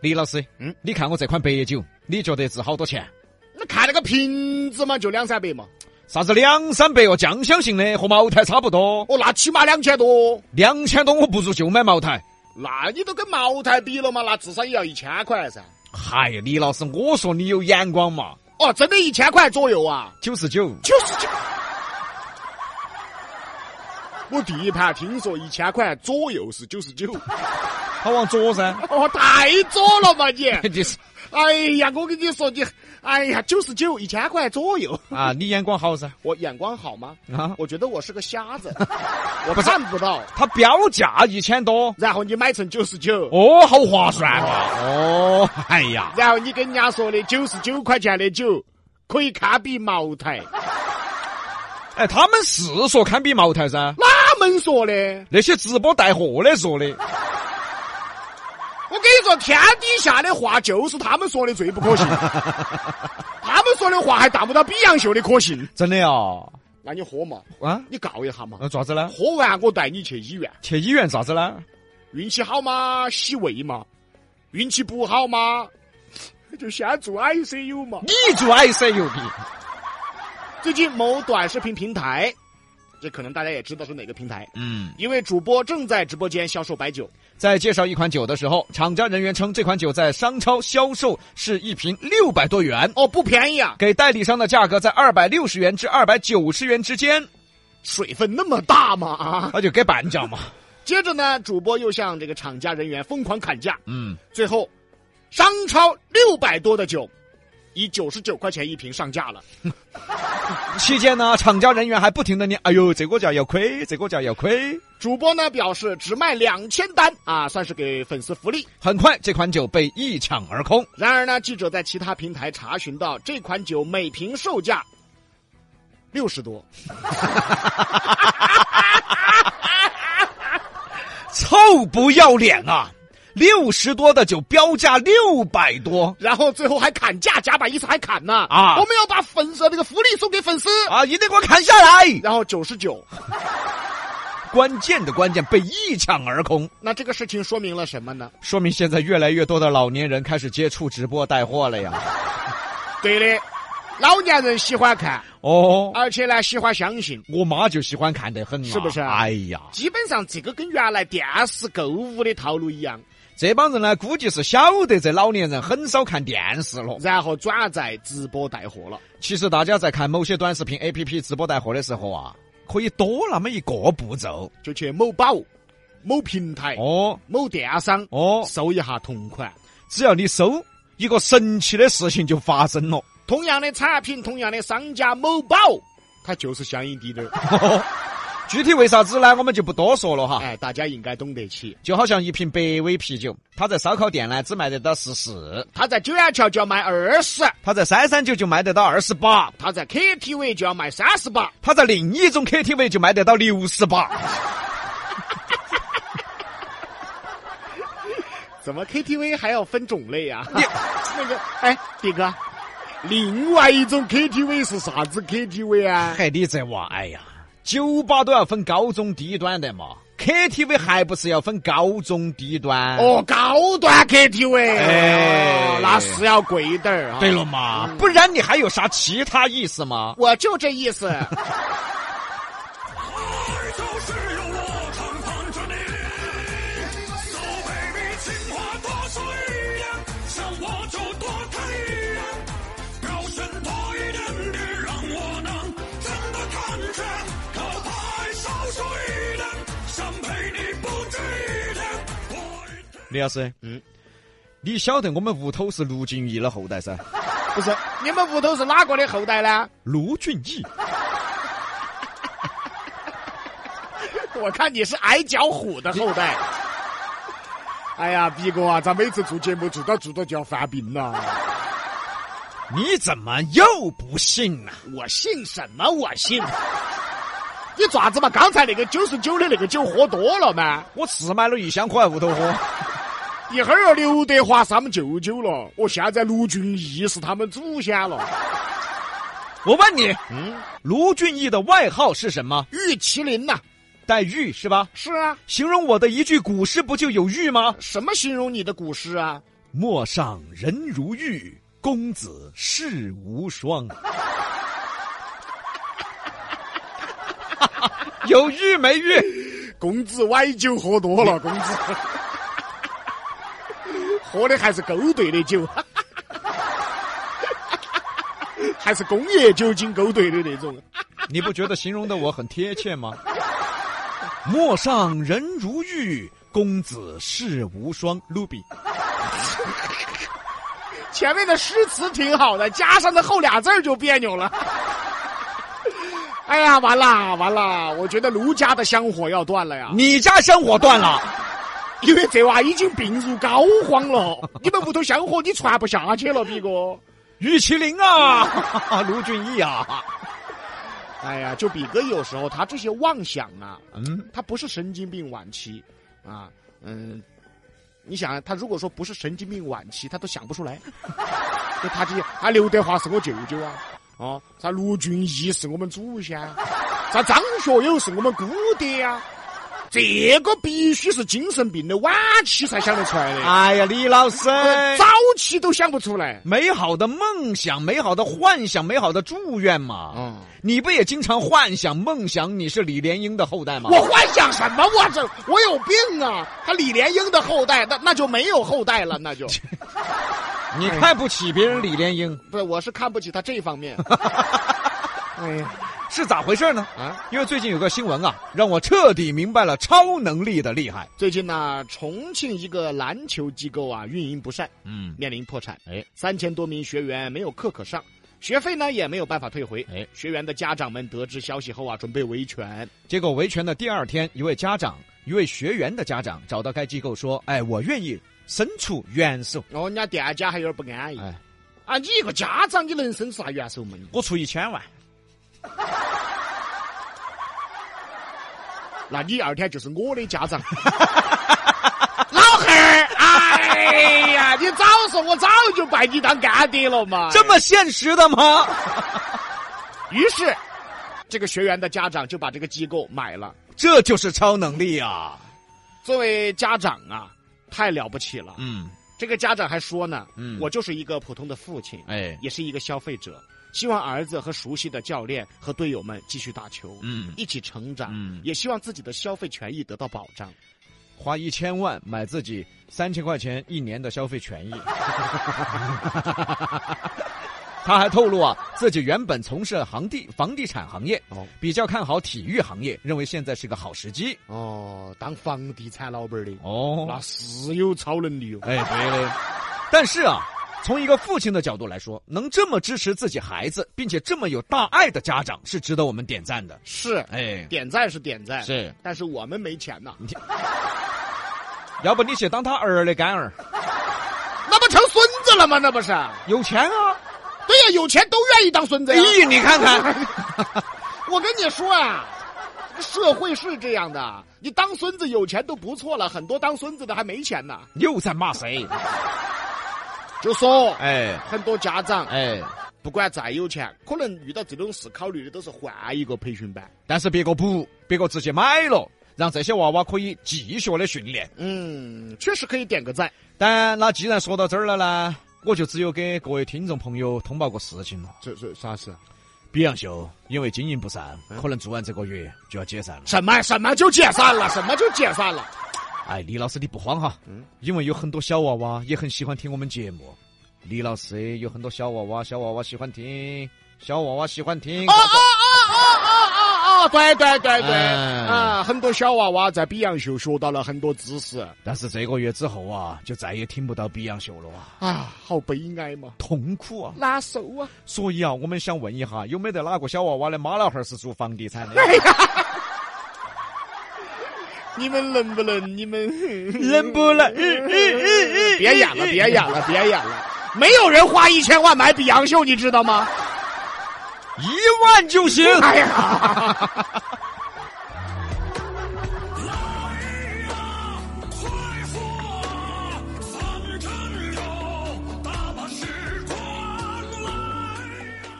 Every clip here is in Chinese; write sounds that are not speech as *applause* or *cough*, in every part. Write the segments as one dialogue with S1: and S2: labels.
S1: 李老师，
S2: 嗯，
S1: 你看我这款白酒，你觉得值好多钱？
S2: 那看那个瓶子嘛，就两三百嘛。
S1: 啥子两三百哦，酱香型的和茅台差不多，
S2: 哦，那起码两千多。
S1: 两千多我不如就买茅台。
S2: 那你都跟茅台比了嘛？那至少也要一千块噻。
S1: 嗨，李老师，我说你有眼光嘛，
S2: 哦，真的一千块左右啊？
S1: 九十九。
S2: 九十九。我第一盘听说一千块左右是九十九， *laughs*
S1: 他往左噻，
S2: 哦，太左了嘛你！
S1: *laughs* 就是
S2: 哎呀，我跟你说你，哎呀，九十九一千块左右，
S1: 啊，你眼光好噻
S2: 我眼光好吗？
S1: 啊。
S2: 我觉得我是个瞎子，我看不到。
S1: 他标价一千多，
S2: 然后你买成九十九，
S1: 哦，好划算嘛。哦，哎呀，
S2: 然后你跟人家说的九十九块钱的酒可以堪比茅 *laughs* 台，
S1: 哎，他们是说堪比茅台噻，
S2: 哪门说的？
S1: 那些直播带货的说的。
S2: 我跟你说，天底下的话就是他们说的最不可 *laughs* 信，他们说的话还达不到比洋秀的可信。
S1: 真的哦，
S2: 那你喝嘛，
S1: 啊，
S2: 你告一下嘛。
S1: 那咋子呢？
S2: 喝完我带你去医院，
S1: 去医院咋子呢？
S2: 运气好嘛洗胃嘛，运气不好嘛就先做 ICU 嘛。
S1: 你做 ICU 的，
S2: 最近某短视频平台，这可能大家也知道是哪个平台，
S1: 嗯，
S2: 一位主播正在直播间销售白酒，
S1: 在介绍一款酒的时候，厂家人员称这款酒在商超销售是一瓶六百多元，
S2: 哦，不便宜啊，
S1: 给代理商的价格在二百六十元至二百九十元之间，
S2: 水分那么大吗？啊！
S1: 那就给半价嘛。
S2: 接着呢，主播又向这个厂家人员疯狂砍价，
S1: 嗯，
S2: 最后，商超六百多的酒，以九十九块钱一瓶上架了。
S1: 期间呢，厂家人员还不停的念：“哎呦，这个叫要亏，这个叫要亏。
S2: 主播呢表示只卖两千单啊，算是给粉丝福利。”
S1: 很快，这款酒被一抢而空。
S2: 然而呢，记者在其他平台查询到这款酒每瓶售价六十多，
S1: 臭不要脸啊！六十多的酒标价六百多
S2: 然后最后还砍价，甲板意思还砍呢
S1: 啊
S2: 我们要把粉丝那个福利送给粉丝。
S1: 啊！一定给我砍下来！
S2: 然后九十九，
S1: 关键的关键被一抢而空，
S2: 那这个事情说明了什么呢？
S1: 说明现在越来越多的老年人开始接触直播带货了呀。
S2: 对的，老年人喜欢看，
S1: 哦，
S2: 而且呢喜欢相信。
S1: 我妈就喜欢看得很、啊，
S2: 是不是啊
S1: 哎呀，
S2: 基本上这个跟原来电视购物的套路一样，
S1: 这帮人呢，估计是晓得这老年人很少看电视了。
S2: 然后转而在直播带货了。
S1: 其实大家在看某些短视频 APP 直播带货的时候啊，可以多那么一个步骤。
S2: 就去某宝、某平台、
S1: 哦
S2: 某电商
S1: 哦，
S2: 搜一下同款。
S1: 只要你搜，一个神奇的事情就发生
S2: *laughs*
S1: 了。
S2: 同样的产品，同样的商家某宝，它就是相应地 *laughs* 的，
S1: 具体为啥子呢？我们就不多说了哈。
S2: 哎，大家应该懂得起。
S1: 就好像一瓶百威啤酒，它在烧烤店呢只卖得到十四，
S2: 它在九眼桥就要卖二十，
S1: 它在三三九就卖得到二十八，
S2: 它在 KTV 就要卖三十八，
S1: 它在另一种 KTV 就卖得到六十八。
S2: 怎么 KTV 还要分种类 *laughs* 啊？
S1: 你
S2: 那个，哎，迪哥，另外一种 KTV 是啥子 KTV 啊？
S1: 嗨，你这娃，哎呀，酒吧都要分高中低端的嘛，KTV 还不是要分高中低端？，
S2: 哦，高端 KTV，
S1: 哎
S2: 哦那是要贵点儿啊。
S1: 对了嘛，不然你还有啥其他意思吗？
S2: 我就这意思。
S3: 儿就是有我扛扛着你。So baby，情话多说一点，想我就多看一眼，表现多一点，别让我能真的看见。可爱少说一点，想陪你不止一天。我一天
S1: 李老师，
S2: 嗯，
S1: 你晓得我们屋头是卢俊义的后代噻？
S2: 不是，你们屋头是哪个的后代呢？
S1: 卢俊义，
S2: 我看你是矮脚虎的后代。哎呀，逼哥啊，咱每次做节目做到做到就要犯病了。
S1: 你怎么又不信啊呢、
S2: 我信什么？我信。 *laughs* 你爪子嘛？刚才那个九十九的那个酒喝多了吗？
S1: 我只买了一箱，我还屋头喝。
S2: 一会儿又刘德华是他们舅舅了，我现在卢俊义是他们祖先了。
S1: 我问你，
S2: 嗯，
S1: 卢俊义的外号是什么？
S2: 玉麒麟呐、
S1: 黛玉是吧？
S2: 是啊，
S1: 形容我的一句古诗不就有玉吗？
S2: 什么形容你的古诗啊？
S1: 陌上人如玉，公子世无双。 *laughs* 有玉没玉？
S2: 公子歪酒喝多了，公子喝的还是勾兑的酒， *laughs* 还是工业酒精勾兑的那种。
S1: 你不觉得形容的我很贴切吗？陌上人如玉，公子世无双。卢比，
S2: 前面的诗词挺好的，加上那后俩字儿就别扭了。 *laughs* 哎呀，完啦完啦！我觉得卢家的香火要断了呀，
S1: 你家香火断了，
S2: 因为这娃已经病入膏肓了。你们屋头香火你传不下去了，比哥。
S1: 玉麒麟啊， *laughs* 卢俊义啊，
S2: 哎呀，就比哥有时候他这些妄想啊，
S1: 嗯，
S2: 他不是神经病晚期啊，嗯，你想啊他如果说不是神经病晚期，他都想不出来。 *laughs* 就他这些，啊，刘德华是我舅舅啊，啊，啥卢俊义是我们祖先啊，啥张学友是我们姑爹啊，这个必须是精神病的晚期才想得出来的，
S1: 哎呀，李老师，
S2: 早期都想不出来。
S1: 美好的梦想、美好的幻想、美好的祝愿嘛，
S2: 嗯，
S1: 你不也经常幻想、梦想你是李莲英的后代吗？
S2: 我幻想什么？我这我有病啊！他李莲英的后代，那那就没有后代了，那就。
S1: 你看不起别人李莲英
S2: 不是，我是看不起他这方面。哎呀
S1: 是咋回事呢？
S2: 啊！
S1: 因为最近有个新闻啊，让我彻底明白了超能力的厉害。
S2: 最近呢，重庆一个篮球机构啊，运营不善，
S1: 嗯，
S2: 面临破产。
S1: 哎，
S2: 三千多名学员没有课可上，学费呢也没有办法退回。
S1: 哎，
S2: 学员的家长们得知消息后啊，准备维权。
S1: 结果维权的第二天，一位家长、一位学员的家长找到该机构说：“哎，我愿意伸出援手，
S2: 哦，人家店家还有点不安逸。
S1: 哎
S2: 啊，你一个家长，你能伸出啥援手嘛？你
S1: 我出一千万。
S2: 那你二天就是我的家长。老汉儿，哎呀，你早说，我早就拜你当干爹了嘛。
S1: 这么现实的吗？
S2: 于是，这个学员的家长就把这个机构买了。
S1: 这就是超能力啊！
S2: 作为家长啊，太了不起了。
S1: 嗯，
S2: 这个家长还说呢，
S1: 嗯
S2: 我就是一个普通的父亲，
S1: 哎，
S2: 也是一个消费者，希望儿子和熟悉的教练和队友们继续打球，
S1: 嗯，
S2: 一起成长，
S1: 嗯
S2: 也希望自己的消费权益得到保障。
S1: 花一千万买自己三千块钱一年的消费权益。 *laughs* 他还透露啊，自己原本从事房地房地产行业，
S2: 哦
S1: 比较看好体育行业，认为现在是个好时机。
S2: 哦，当房地产老板的，
S1: 哦，
S2: 那是有超能力哦。
S1: 哎，对嘞。但是啊，从一个父亲的角度来说，能这么支持自己孩子，并且这么有大爱的家长，是值得我们点赞的。
S2: 是，
S1: 哎，
S2: 点赞是点赞，
S1: 是，
S2: 但是我们没钱呐。
S1: 要不你去当他儿的干儿，
S2: 那不成孙子了吗？那不是？
S1: 有钱啊！
S2: 对呀、有钱都愿意当孙哎子呀。
S1: 咦，你看看， *laughs*
S2: 我跟你说啊，社会是这样的，你当孙子有钱都不错了，很多当孙子的还没钱呢。
S1: 又在骂谁？
S2: 就说
S1: 哎
S2: 很多家长
S1: 哎，
S2: 不管再有钱，可能遇到这种事考虑的都是换一个培训班。
S1: 但是别个不，别个直接买了，让这些娃娃可以继续的训练。
S2: 嗯，确实可以点个赞。
S1: 但那既然说到这儿了呢，我就只有给各位听众朋友通报个事情了：
S2: 这这啥事？
S1: 比洋秀因为经营不善，
S2: 嗯
S1: 可能做完这个月就要解散了。
S2: 什么什么就解散了？什么就解散了？
S1: 哎，李老师你不慌哈，
S2: 嗯
S1: 因为有很多小娃娃也很喜欢听我们节目。李老师有很多小娃娃，小娃娃喜欢听，小娃娃喜欢听。
S2: 哦哦哦哦哦哦哦！对对对对、
S1: 哎
S2: 啊！很多小娃娃在比洋秀学到了很多知识
S1: 但是这个月之后啊，就再也听不到比洋秀了啊，
S2: 啊，好悲哀嘛，
S1: 痛苦啊！
S2: 难受啊！
S1: 所以啊，我们想问一下，有没得哪个小娃娃的妈老汉儿是做房地产的？
S2: *laughs* 哎你们能不能？你们
S1: 能不能？嗯嗯嗯
S2: *laughs* 别演了，别演了，别演了！没有人花一千万买比洋秀，你知道吗？
S1: 一万就行。
S2: 哎呀，
S3: 来呀，快活！反正有大把时光来。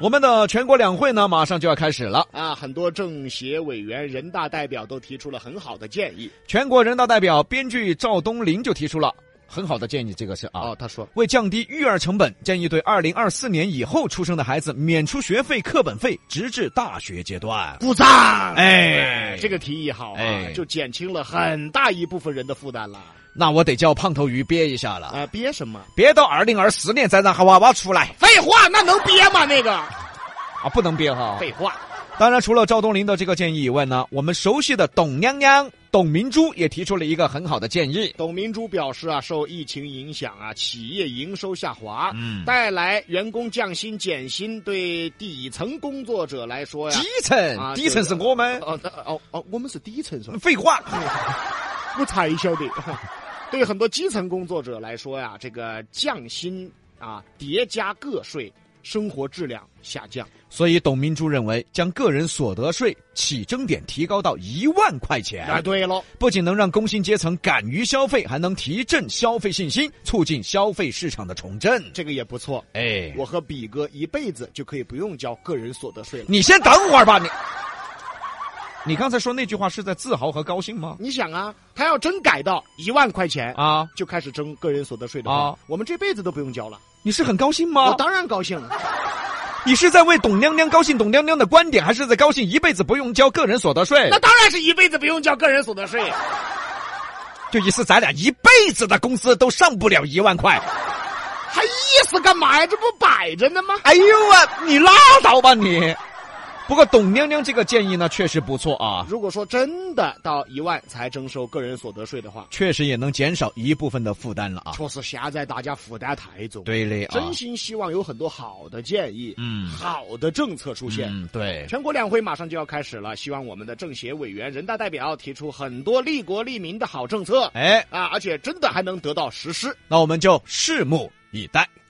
S1: 我们的全国两会呢，马上就要开始了。
S2: 啊，很多政协委员、人大代表都提出了很好的建议。
S1: 全国人大代表、编剧赵东林就提出了。很好的建议，这个是啊。
S2: 哦，他说
S1: 为降低育儿成本，建议对二零二四年以后出生的孩子免除学费、课本费，直至大学阶段。
S2: 鼓掌，
S1: 哎
S2: 这个提议好啊，
S1: 哎
S2: 就减轻了很大一部分人的负担了
S1: 那我得叫胖头鱼憋一下了，
S2: 啊！憋什么？
S1: 憋到二零二四年再让哈娃娃出来
S2: 废话，那能憋吗？那个
S1: 啊，不能憋哈。
S2: 废话，
S1: 当然，除了赵东林的这个建议以外呢，我们熟悉的董娘娘、董明珠也提出了一个很好的建议。
S2: 董明珠表示啊，受疫情影响啊，企业营收下滑，
S1: 嗯
S2: 带来员工降薪、减薪，对底层工作者来说呀
S1: 基，层，
S2: 啊
S1: 底层是我们。
S2: 哦哦哦，我们是低层是吧？
S1: 废话，
S2: 我才晓得， *laughs* 对很多基层工作者来说呀，这个降薪啊，叠加个税，生活质量下降。
S1: 所以董明珠认为，将个人所得税起征点提高到一万块钱，
S2: 啊，对喽，
S1: 不仅能让工薪阶层敢于消费，还能提振消费信心，促进消费市场的重振。
S2: 这个也不错。
S1: 哎，
S2: 我和比哥一辈子就可以不用交个人所得税了。
S1: 你先等会儿吧，你。你刚才说那句话是在自豪和高兴吗？
S2: 你想啊，他要真改到一万块钱
S1: 啊，
S2: 就开始征个人所得税的话
S1: 啊，
S2: 我们这辈子都不用交了。
S1: 你是很高兴
S2: 我
S1: 吗？
S2: 当然高兴了，
S1: *laughs* 你是在为董娘娘高兴，董娘娘的观点，还是在高兴一辈子不用交个人所得税
S2: 那？当然是一辈子不用交个人所得税。
S1: 就意思咱俩一辈子的工资都上不了一万块。
S2: 还意思干嘛呀？这不摆着呢吗？
S1: *laughs* 哎呦啊，你拉倒吧你！不过董娘娘这个建议呢，确实不错啊，
S2: 如果说真的到一万才征收个人所得税的话，
S1: 确实也能减少一部分的负担了啊。
S2: 确实现在大家负担太重。，
S1: 对嘞啊，
S2: 真心希望有很多好的建议，
S1: 嗯
S2: 好的政策出现。
S1: 嗯，对，
S2: 全国两会马上就要开始了，希望我们的政协委员、人大代表提出很多利国利民的好政策
S1: 哎，
S2: 啊，而且真的还能得到实施。
S1: 那我们就拭目以待。
S3: 啊啊